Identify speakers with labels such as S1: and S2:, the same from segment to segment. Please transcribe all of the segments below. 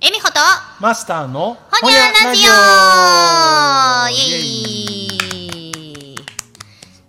S1: と
S2: マスターの
S1: ほにゃラジオイエイ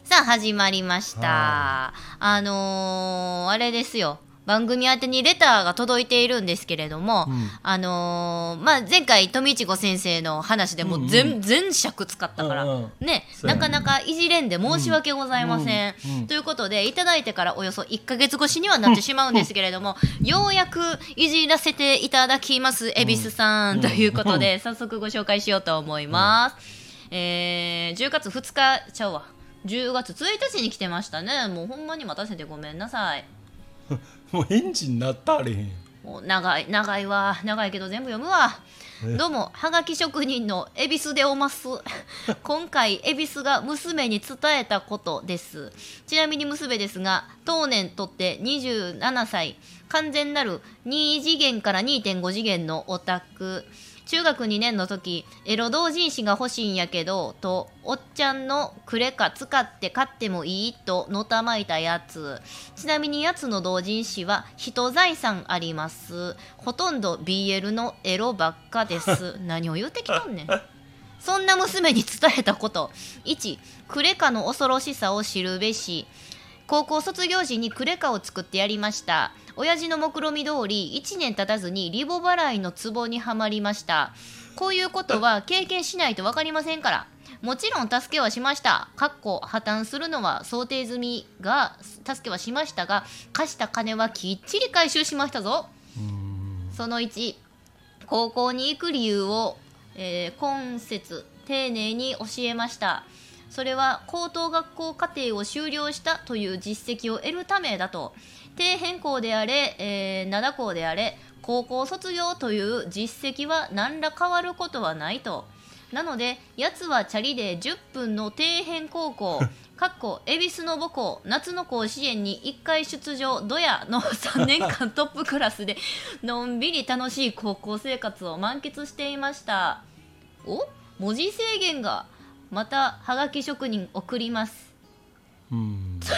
S1: さあ始まりました
S2: は
S1: あのー、あれですよ番組宛てにレターが届いているんですけれども、
S2: うん
S1: あのーまあ、前回富一子先生の話でもう全,、
S2: うん
S1: 全尺使ったから、
S2: うんうん
S1: ね
S2: そうや
S1: な
S2: ね
S1: かなかいじれんで申し訳ございません、
S2: うんうん
S1: ということでいただいてからおよそ1か月越しにはなってしまうんですけれども、ようやくいじらせていただきます恵比寿さん、ということで、早速ご紹介しようと思います、えー、10月2日ちゃうわ10月1日に来てましたねもうほんまに待たせてごめんなさい
S2: もうエンジンなったあれへん
S1: もう長い長いわ長いけど全部読むわ
S2: え
S1: どうもはがき職人の恵比寿でおます 今回恵比寿が娘に伝えたことですちなみに娘ですが当年とって27歳完全なる2次元から2.5次元のオタク中学2年の時エロ同人誌が欲しいんやけどとおっちゃんのクレカ使って買ってもいいとのたまいたやつちなみにやつの同人誌は人財産ありますほとんど BL のエロばっかです何を言うてきとんねんそんな娘に伝えたこと1クレカの恐ろしさを知るべし高校卒業時にクレカを作ってやりました親父の目論見通り1年経たずにリボ払いのツボにはまりましたこういうことは経験しないと分かりませんからもちろん助けはしましたかっこ破綻するのは想定済みが助けはしましたが貸した金はきっちり回収しましたぞ
S2: うん
S1: その1高校に行く理由を、えー今節丁寧に教えましたそれは高等学校課程を修了したという実績を得るためだと底辺校であれ、えー灘校であれ高校卒業という実績は何ら変わることはないとなのでやつはチャリで10分の底辺高校かっこ恵比寿の母校夏の甲子園に1回出場ドヤの3年間トップクラスでのんびり楽しい高校生活を満喫していましたお文字制限がまたはがき職人送ります
S2: うん
S1: という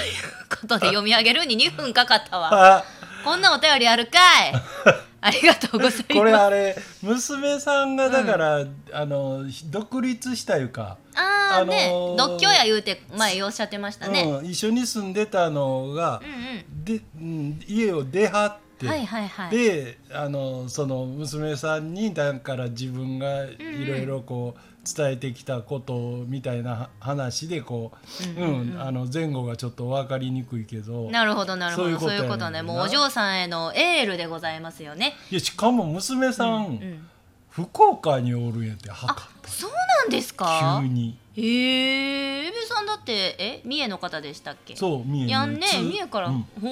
S1: ことで読み上げるに2分かかったわ
S2: あ
S1: こんなお便りあるかい ありがとうございます
S2: これあれ娘さんがだから、あの独立したいうか、
S1: あーね、
S2: あのー
S1: 独居や言うて前おっしゃってましたね、
S2: うん、一緒に住んでたのが
S1: う、ん
S2: でうん、家を出はって、
S1: うんはいはいはい
S2: であのその娘さんにだから自分がいろいろこう伝えてきたことみたいな話でこう、うんあの前後がちょっと分かりにくいけど
S1: なるほどなるほど
S2: そ
S1: そうう
S2: い
S1: いうう
S2: こ
S1: こと
S2: や
S1: と
S2: ね
S1: ね
S2: んな
S1: もうお嬢さんへのエールでございますよね、
S2: いやしかも娘さん、
S1: うん、
S2: 福岡におるんやって博
S1: あそうなんですか
S2: 多急に
S1: へええべさんだってえ三重の方でしたっけ
S2: そう三重に
S1: やんね
S2: つ
S1: 三重から、
S2: うん
S1: ほ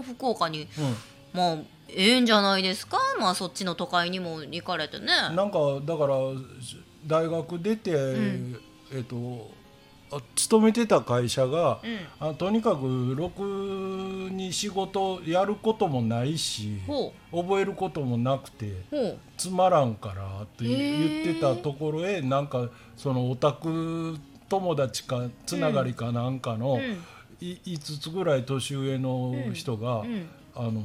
S1: ー福岡に
S2: う
S1: まあええんじゃないですかまあそっちの都会にも行かれてね
S2: ん、なんかだからし大学出て、
S1: ん
S2: えっとあ勤めてた会社が、
S1: うん
S2: あとにかくろくに仕事やることもないし
S1: ほ
S2: 覚えることもなくて
S1: うほ
S2: つまらんからって
S1: へ
S2: 言
S1: ー
S2: 言ってたところへなんかそのオタク友達かつながりかなんか
S1: う
S2: の、
S1: うん
S2: い5つぐらい年上の人が「
S1: うん
S2: あの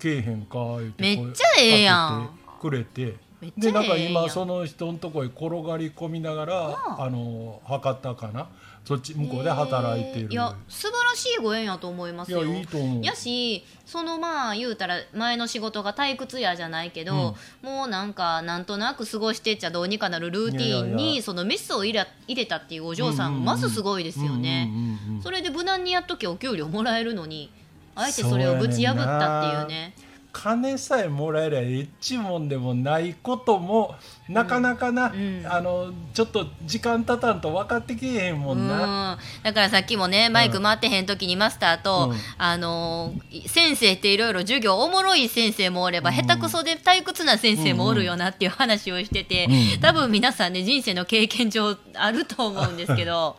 S2: けえへんか」言って
S1: めっちゃええやん
S2: 声かけてくれて。
S1: めっちゃええ
S2: でなんか
S1: やん
S2: 今その人のとこへ転がり込みながらあの博多かなそっち向こうで働いて
S1: へ
S2: る
S1: ーいや素晴らしいご縁やと思います
S2: いや
S1: よ
S2: いいと思う
S1: やしそのまあ言うたら前の仕事が退屈やじゃないけど、もうなんかなんとなく過ごしてっちゃどうにかなるルーティン
S2: いやい
S1: に
S2: や
S1: そのメスを入れ入れたっていうお嬢さ
S2: うん
S1: ん,、
S2: うんうん
S1: まずすごいですよね、
S2: うんうんうん
S1: それで無難にやっときゃお給料もらえるのにあえてそれをぶち破ったっていうね
S2: 金さえもらえりゃエッチもんでもないこともなかなかな、
S1: んうん
S2: あのちょっと時間たたんと分かってけえへんも
S1: うんん
S2: な。
S1: だからさっきもねマイク回ってへん時にマスターと、
S2: うん
S1: あのー先生っていろいろ授業おもろい先生もおれば、
S2: うん
S1: 下手くそで退屈な先生もおるよなっていう話をしてて、
S2: うん
S1: 多分皆さんね人生の経験上あると思うんですけど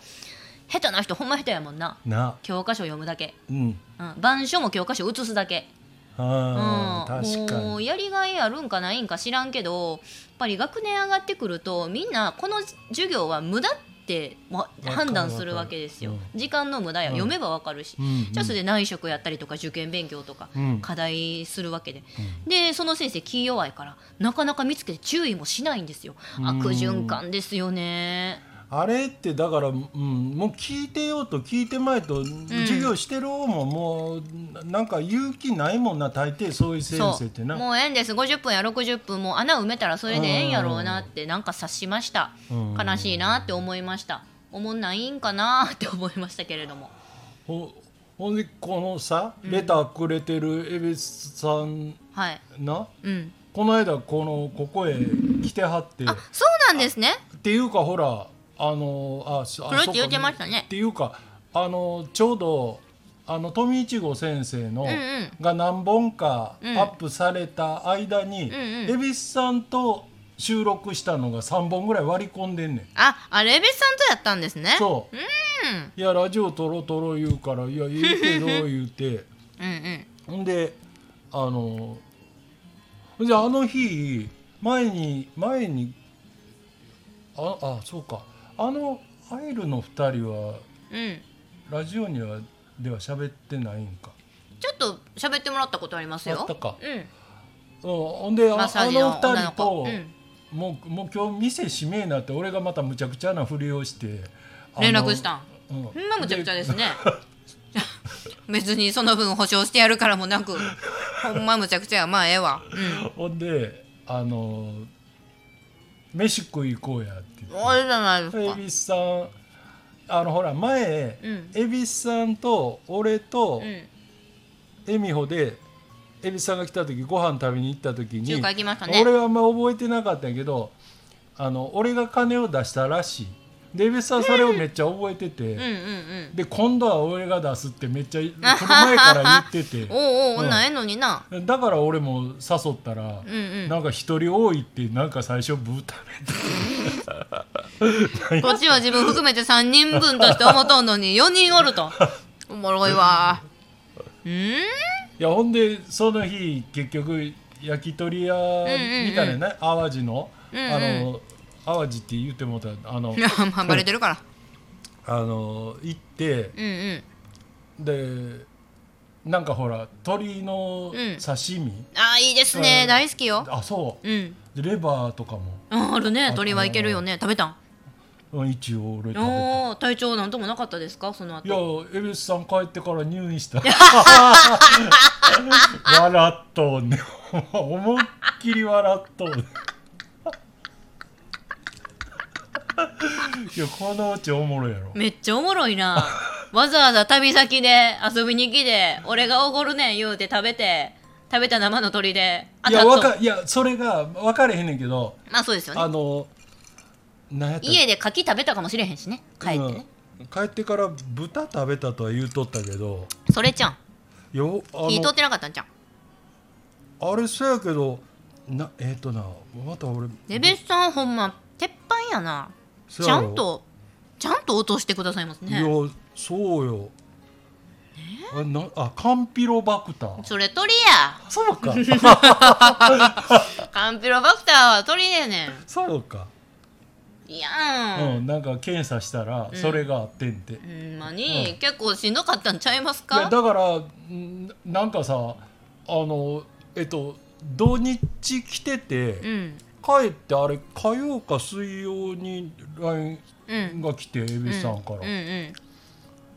S1: 下手な人ほんま下手やもんな
S2: な
S1: 教科書読むだけ、
S2: うん
S1: うん、板書も教科書写すだけ、うん、
S2: あー確か
S1: もう
S2: に
S1: やりがいあるんかないんか知らんけどやっぱり学年上がってくるとみんなこの授業は無駄って、ま
S2: かる
S1: 判断するわけですよ、
S2: わか
S1: 時間の無駄や、
S2: うん
S1: 読めばわかるし、
S2: うんうん
S1: じゃあそれで内職やったりとか受験勉強とか
S2: うん
S1: 課題するわけで、でその先生気弱いからなかなか見つけて注意もしないんですよ悪循環ですよね
S2: あれってだから、うん、もう聞いてようと聞いてまいと、授業してる方ももうなんか勇気ないもんな大抵そういう先
S1: そ
S2: 生って
S1: う
S2: な。
S1: もうええんです50分や60分もう穴埋めたらそれでええんやろうなってなんか察しました
S2: うん
S1: 悲しいなって思いましたおもんないんかなって思いましたけれども
S2: ほほんでこのさレターくれてる恵比寿さん
S1: はい
S2: な
S1: うん
S2: この間このここへ来てはってっ
S1: そうなんですね
S2: ていうかほらあのああそ
S1: 来るって
S2: そか
S1: 言ってましたね
S2: っていうかあのちょうどあの富一号先生の、
S1: うんうん
S2: が何本かア
S1: うん
S2: ップされた間に、
S1: んうん
S2: 恵比寿さんと収録したのが3本ぐらい割り込んでんねん。
S1: ああれエビさんとやったんですね
S2: そう
S1: うん
S2: いやラジオ撮ろう撮ろう言うから「いやいい けど」言うて。
S1: うんうん
S2: ほんであのじゃああの日前に前にああそうかあのアイルの2人は
S1: うん
S2: ラジオにはでは喋ってないんか
S1: ちょっと喋ってもらったことありますよ
S2: あったか
S1: うん
S2: うんほんであ
S1: マッサー
S2: あ
S1: ジの
S2: の
S1: 女の
S2: 2人
S1: 子
S2: と、
S1: うん
S2: もうもう今日店閉めになって俺がまたむちゃくちゃなふりをしてあの
S1: 連絡したん
S2: うん
S1: ほんまむちゃくちゃですね 別にその分保証してやるからもなくほんまむちゃくちゃやまあええわうん
S2: ほんであの飯食い行こうやって言って
S1: あれじゃないです
S2: 恵
S1: か
S2: 比寿さんあのほら前、
S1: うん
S2: 恵比寿さんと俺と
S1: うん
S2: 恵美穂で恵比寿さんが来た時ご飯食べに行った時に
S1: 中華行きましたね
S2: 俺はあんま覚えてなかったんやけどあの俺が金を出したらしいで恵比寿さんそれをめっちゃ覚えてて、
S1: うんうん
S2: で今度は俺が出すってめ っちゃこの前から言って
S1: うん
S2: て
S1: おうおう
S2: うん
S1: 女ええのにな
S2: だから俺も誘ったら、
S1: うんうん
S2: なんか一人多いってなんか最初ぶた
S1: こっちは自分含めて3人分として思っとんの に4人おるとおもろいわうん
S2: いやほんでその日結局焼き鳥屋みたいなね、淡路の、
S1: うんうん
S2: あの淡路って言ってもうたあの
S1: いやまあバレてるから
S2: あの行って
S1: うんうん
S2: でなんかほら鳥の
S1: うん
S2: 刺身、
S1: ああいいですね、
S2: うん
S1: 大好きよ
S2: あそ
S1: うん
S2: うでレバーとかも
S1: ああるね鳥はいけるよね食べたん
S2: うん一応俺食べて。
S1: おー体調なんともなかったですかその
S2: いや
S1: 後
S2: 恵比寿さん帰ってから入院した笑っとんね 思いっきり笑っとんね いやこのうちおもろいやろ
S1: めっちゃおもろいなわざわざ旅先で遊びに来て俺がおごるねん言うて食べて食べた生の鳥であ
S2: いや
S1: た
S2: わ
S1: っと
S2: かいやそれが分かれへんねんけど
S1: まあそうですよ
S2: あ
S1: ね
S2: のなんやったっけ
S1: 家で柿食べたかもしれへんしね帰ってね、
S2: うん帰ってから豚食べたとは言うとったけど
S1: それちゃん
S2: よあの
S1: 火通ってなかったんちゃん
S2: あれそうやけどなえっ、となまた俺
S1: レベスさんほんま鉄板やな
S2: そ
S1: ち
S2: うや
S1: ゃ
S2: ろ
S1: んとちゃんと落としてくださいますね
S2: いやそうよあなあカンピロバクター
S1: それ鳥や
S2: そうか
S1: カンピロバクターは鳥でね
S2: そうか
S1: んいや、
S2: うんんなんか検査したらそれがあってんて、い
S1: ほんまに、結構しんどかったんちゃいます
S2: や
S1: か
S2: だからんなんかさあのえっと土日来てて、
S1: うん
S2: 帰ってあれ火曜か水曜に LINE
S1: うん
S2: が来て蛭子さんか
S1: う
S2: ら、
S1: んうん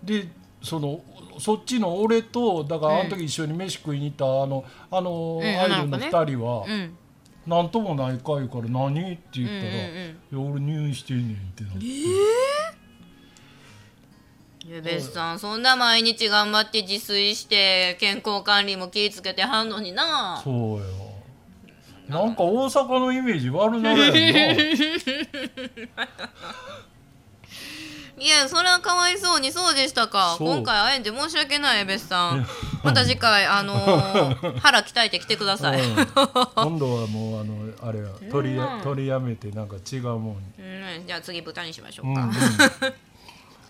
S2: でそのそっちの俺とだからあの
S1: う
S2: 時一緒に飯食いに行ったあのあの、
S1: うん
S2: アイドルの
S1: 女
S2: 2
S1: の
S2: 人は、
S1: うん
S2: なんともないか言うから何って言ったら、
S1: うんうんうん
S2: いや俺入院してんねんってなって、
S1: ゆべっさんそんな毎日頑張って自炊して健康管理も気ぃつけてはんのにな
S2: そうよなんか大阪のイメージ悪なるやんな
S1: いやそれはかわいそうにそうでしたか
S2: そう
S1: 今回会えんて申し訳ないエベスさんまた次回あの ー腹鍛えてきてください、
S2: うん今度はもうあのあれや取りや取りやめてなんか違うもんに
S1: うん、じゃあ次豚にしましょ
S2: う、
S1: うんか、
S2: うん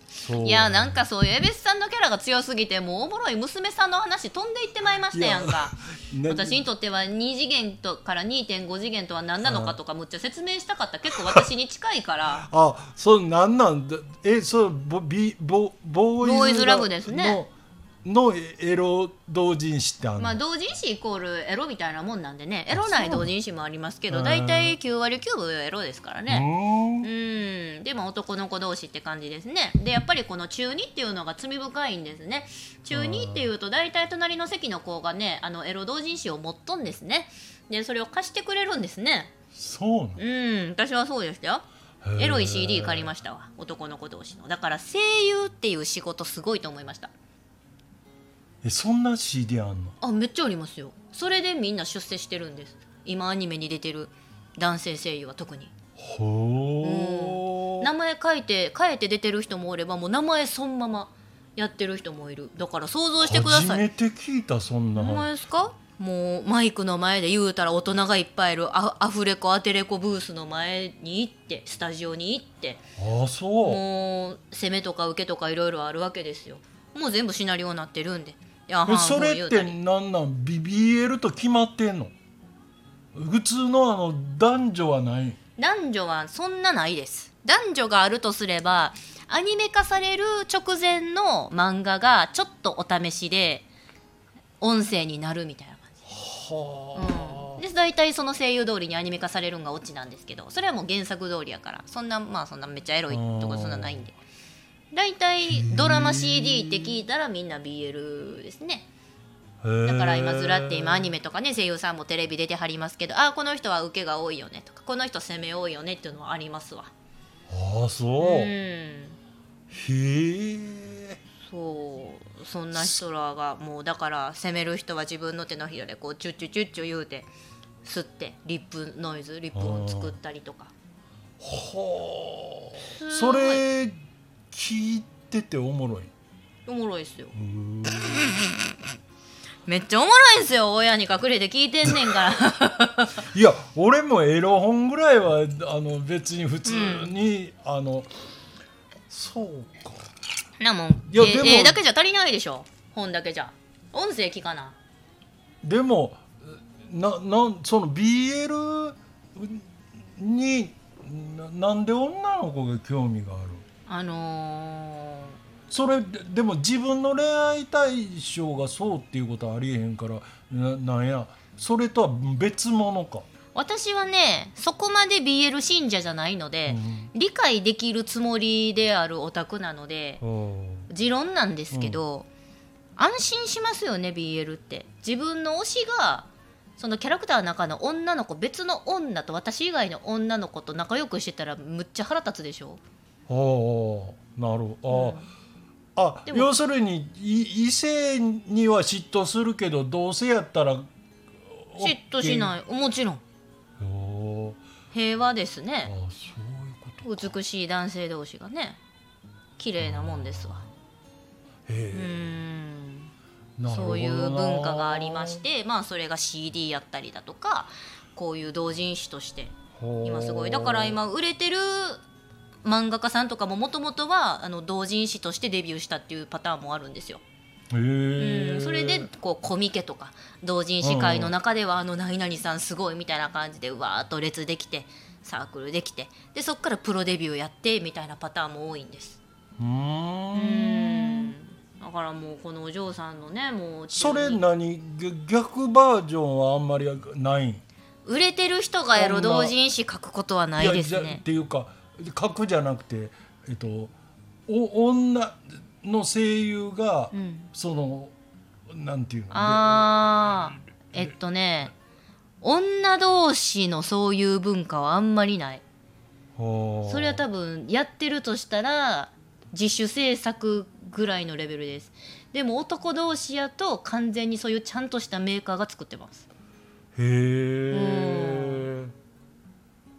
S2: そう
S1: いやなんかそういうエビスさんのキャラが強すぎてもうおもろい娘さんの話飛んでいってまいましたやんか
S2: いやね
S1: 私にとっては2次元とから2.5次元とは何なのかとかむっちゃ説明したかった結構私に近いから
S2: あそうなんなんだえそうボビボボーイズ
S1: ボーイズラブですね
S2: ののエロ同人誌ってあるの、
S1: まあ同人誌イコールエロみたいなもんなんでねエロない同人誌もありますけど大体9割9分エロですから
S2: う
S1: ね
S2: ーん
S1: うんでも男の子同士って感じですねでやっぱりこの中2っていうのが罪深いんですね中2っていうと大体隣の席の子がねあのエロ同人誌を持っとんですねでそれを貸してくれるんですね
S2: そうなん
S1: うん私はそうでしたよ
S2: へー
S1: エロい CD 借りましたわ男の子同士のだから声優っていう仕事すごいと思いました
S2: えそんな CD あんの
S1: あめっちゃありますよそれでみんな出世してるんです今アニメに出てる男性声優は特に
S2: ほー
S1: 名前書いて変えて出てる人もおればもう名前そのままやってる人もいるだから想像してくだ
S2: 初
S1: さ
S2: め
S1: い
S2: て聞いたそんな
S1: お前ですかもうマイクの前で言うたら大人がいっぱいいるアアフレコアテレコブースの前に行ってスタジオに行って
S2: あそう
S1: もう攻めとか受けとかいろいろあるわけですよもう全部シナリオになってるんでいやは
S2: え
S1: ん
S2: そ
S1: ふん
S2: れ
S1: 言う
S2: ったて
S1: り
S2: なんなん BBL と決まってんの普通のあの男女はない
S1: 男女はそんなないです男女があるとすればアニメ化される直前の漫画がちょっとお試しで音声になるみたいな
S2: は
S1: 感じで大体その声優通りにアニメ化されるんがオチなんですけどそれはもう原作通りやからそんなまあそんなめっちゃエロいとかそんなないんで大体ドラマ CD って聞いたらみんな BL ですね
S2: あ、へー
S1: だから今ずらって今アニメとかね声優さんもテレビ出てはりますけどあーこの人は受けが多いよねとかこの人攻め多いよねっていうのはありますわ
S2: ああそうう、へ
S1: ん
S2: え
S1: そうそんな人らがもうだから攻める人は自分の手のひらでこうチュッチュチュッチュ言うて吸ってリップノイズリップを作ったりとか
S2: はあ
S1: す
S2: そ
S1: ごい
S2: れ聞いてておもろい
S1: おもろいっすよ
S2: うーん
S1: めっちゃおもろいっすよ親に隠れて聞いてんねんから
S2: いや俺もエロ本ぐらいはあの別に普通に、あのそうか
S1: なもん
S2: いや
S1: え
S2: でも
S1: えだけじゃ足りないでしょ本だけじゃ音声聞かな
S2: でもななんその BL にななんで女の子が興味がある
S1: あの
S2: それででも自分の恋愛対象がそうっていうことはありえへんからななんやそれとは別物か
S1: ー私はねそこまで BL 信者じゃないので、理解できるつもりであるオタクなので、
S2: うん
S1: 持論なんですけど、安心しますよね BL って自分の推しがそのキャラクターの中の女の子別の女と私以外の女の子と仲良くしてたらむっちゃ腹立つでしょ
S2: ああなるほどあ、あ
S1: でも
S2: 要するにい異性には嫉妬するけど同性やったら
S1: 嫉妬しないもちろん
S2: いお
S1: 平和です
S2: あ
S1: ね
S2: そういうこと
S1: 美しい男性同士がね綺麗なもんですわ
S2: へ
S1: う
S2: え
S1: ーん
S2: なる
S1: そ
S2: ほどな
S1: ういう文化がありましてまあそれが CD やったりだとかこういう同人誌として
S2: ほう
S1: 今すごいだから今売れてる漫画家さんとかももともとはあの同人誌としてデビューしたっていうパターンもあるんですよ。
S2: へ
S1: う
S2: え
S1: んそれでこうコミケとか同人誌会の中ではあの何々さんすごいみたいな感じでうわーっと列できてサークルできてでそっからプロデビューやってみたいなパターンも多いんです。
S2: うー
S1: うんんだからもうこのお嬢さんのねもう
S2: それ何ぎ逆バージョンはあんまりない
S1: 売れてる人がエロ同人誌書くことはないで
S2: や
S1: す
S2: じゃっ
S1: ね。
S2: ていうか格じゃなくてえっとお女の声優が、
S1: うん
S2: そのなんていうの
S1: あーえっとね女同士のそういう文化はあんまりない
S2: そ
S1: それは多分やってるとしたら自主制作ぐらいのレベルですでも男同士やと完全にそういうちゃんとしたメーカーが作ってます
S2: へえ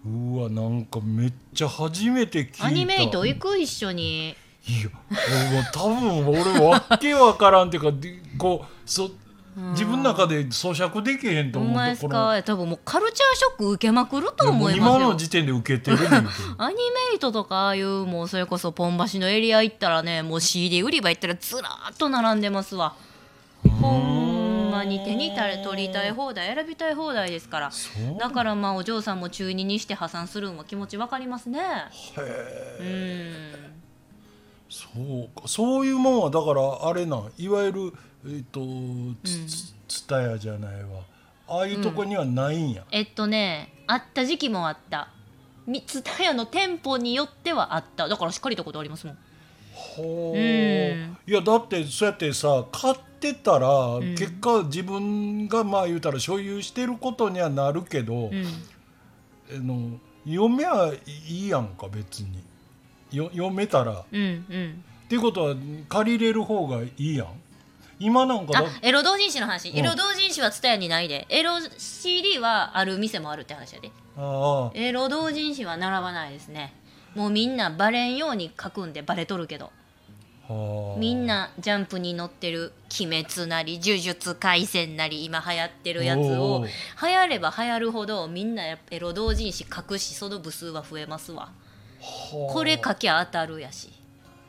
S2: うわなんかめっちゃ初めて聞いた
S1: アニメイト
S2: いや
S1: 行く一緒に
S2: 俺も多分俺わっけわからんっていうかでこうそ自分の中で咀嚼できへんと
S1: ほ
S2: 思
S1: ん
S2: う
S1: まですか多分もうカルチャーショック受けまくると
S2: この
S1: 思いま
S2: 今
S1: すよ
S2: の時点で受けてる言うて
S1: アニメイトとかああいうもうそれこそポン橋のエリア行ったらねもう CD 売り場行ったらずらーっと並んでますわほんまに手にたれ取りたい放題選びたい放題ですから
S2: そう
S1: だからまあお嬢さんも中二にして破産するんは気持ちわかりますね
S2: へえ
S1: うん
S2: そうかそういうもんはだからあれなんいわゆるえっとつつつたやじゃないわああいうとこにはないんや、
S1: えっとねあった時期もあったみつたやの店舗によってはあっただからしっかりとことありますもん
S2: ほ
S1: う
S2: ー
S1: ん
S2: いやだってそうやってさ買ってたら、結果自分がまあ言うたら所有してることにはなるけ
S1: う
S2: ど、
S1: ん
S2: あの読めはいいやんか別によ読めたらっ
S1: うんうん
S2: ていうことは借りれる方がいいやん今なんかだ
S1: あエロ同人誌の話
S2: ん
S1: エロ同人誌はツタヤにないでエロ CD はある店もあるって話やで
S2: ああ
S1: エロ同人誌は並ばないですねもうみんなバレんように書くんでバレとるけど
S2: はあ
S1: みんなジャンプに載ってる「鬼滅」なり「呪術廻戦」なり今流行ってるやつ
S2: お
S1: を
S2: ー
S1: 流行れば流行るほどみんなやっぱエロ同人誌書くしその部数は増えますわ
S2: はあ
S1: これ書きゃ当たるやし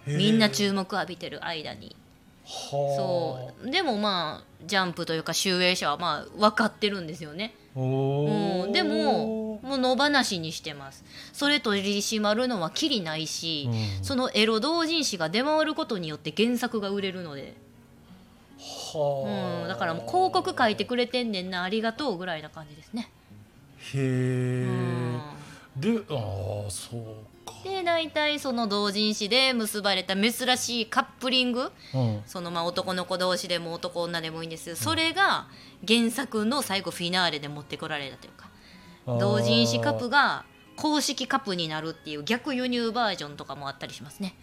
S2: へえ
S1: みんな注目浴びてる間に
S2: はあ
S1: そうでもまあジャンプというか集英社はまあ分かってるんですよね、
S2: お
S1: う
S2: ー
S1: ん、でももう野放しにしてますそれ取り締まるのはきりないし、
S2: うん
S1: そのエロ同人誌が出回ることによって原作が売れるので、う
S2: はあ、
S1: ん、だからもう広告書いてくれてんねんなありがとうぐらいな感じですね、
S2: へえ
S1: うん
S2: でああそうか、
S1: で大体その同人誌で結ばれた珍しいカップリング
S2: うん、
S1: そのまあ男の子同士でも男女でもいいんですそれが原作の最後フィナーレで持ってこられたというか同人誌カップ
S2: が
S1: が公式カップになるっていう逆輸入バージョンとかもあったりしますね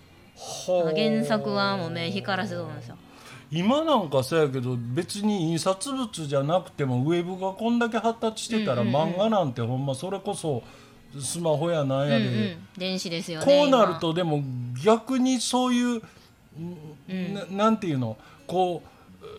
S1: 原作はもう目光らせそうなんですよ
S2: 今なんかそうやけど別に印刷物じゃなくてもウェブがこんだけ発達してたら、
S1: うんうんうん
S2: 漫画なんてほんまそれこそスマホやなん
S1: うんう
S2: やで、
S1: ん電子ですよね
S2: こうなるとでも逆にそういう、
S1: ん
S2: ななんていうのこ
S1: う
S2: う、
S1: ん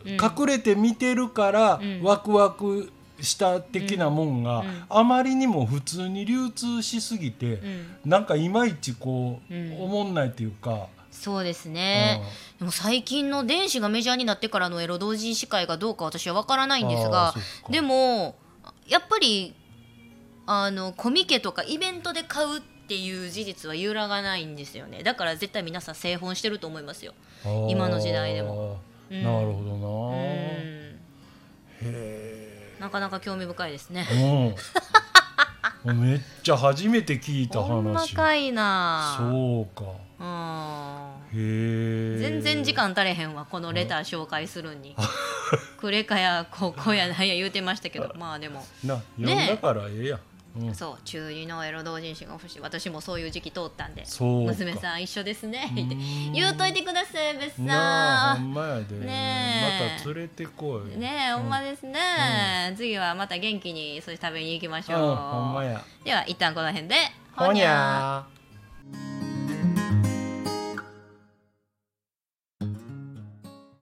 S2: 隠れて見てるから
S1: うん
S2: ワクワクした的なもんが、
S1: うんうん
S2: あまりにも普通に流通しすぎて、
S1: 今うん
S2: なんかいまいちこう、
S1: うん
S2: 思んないっていうか。
S1: そうですね
S2: うん
S1: でも最近の電子がメジャーになってからのエロ同人誌会がどうか私は分からないんです
S2: あー
S1: が
S2: そっか
S1: でもやっぱりあのコミケとかイベントで買うっていう事実は揺らがないんですよねだから絶対皆さん製本してると思いますよ今の時代でも
S2: あー
S1: うん
S2: なるほど
S1: う
S2: なへ
S1: ん
S2: え
S1: なかなか興味深いですね
S2: うんめっちゃ初めて聞いた
S1: ほんま
S2: 話
S1: かいな
S2: そうか
S1: うん
S2: へえ
S1: 全然時間足れへんわこのレター紹介するん にクレカやここやなんや言うてましたけどまあでも
S2: な読
S1: ね
S2: んだからええやん、うん、
S1: そう中二のエロ同人誌が欲しい私もそういう時期通ったんで
S2: そうか
S1: 娘さん一緒ですね
S2: う
S1: 言って
S2: ん
S1: 言うといてください別
S2: なあ
S1: さ
S2: ほん
S1: ん
S2: まやで
S1: ねえ
S2: また連れてこい
S1: ねえほんま
S2: で
S1: ですね、次はまた元気にそして食べに行きましょう、
S2: うんほんまや
S1: では一旦この辺で
S2: ほにゃー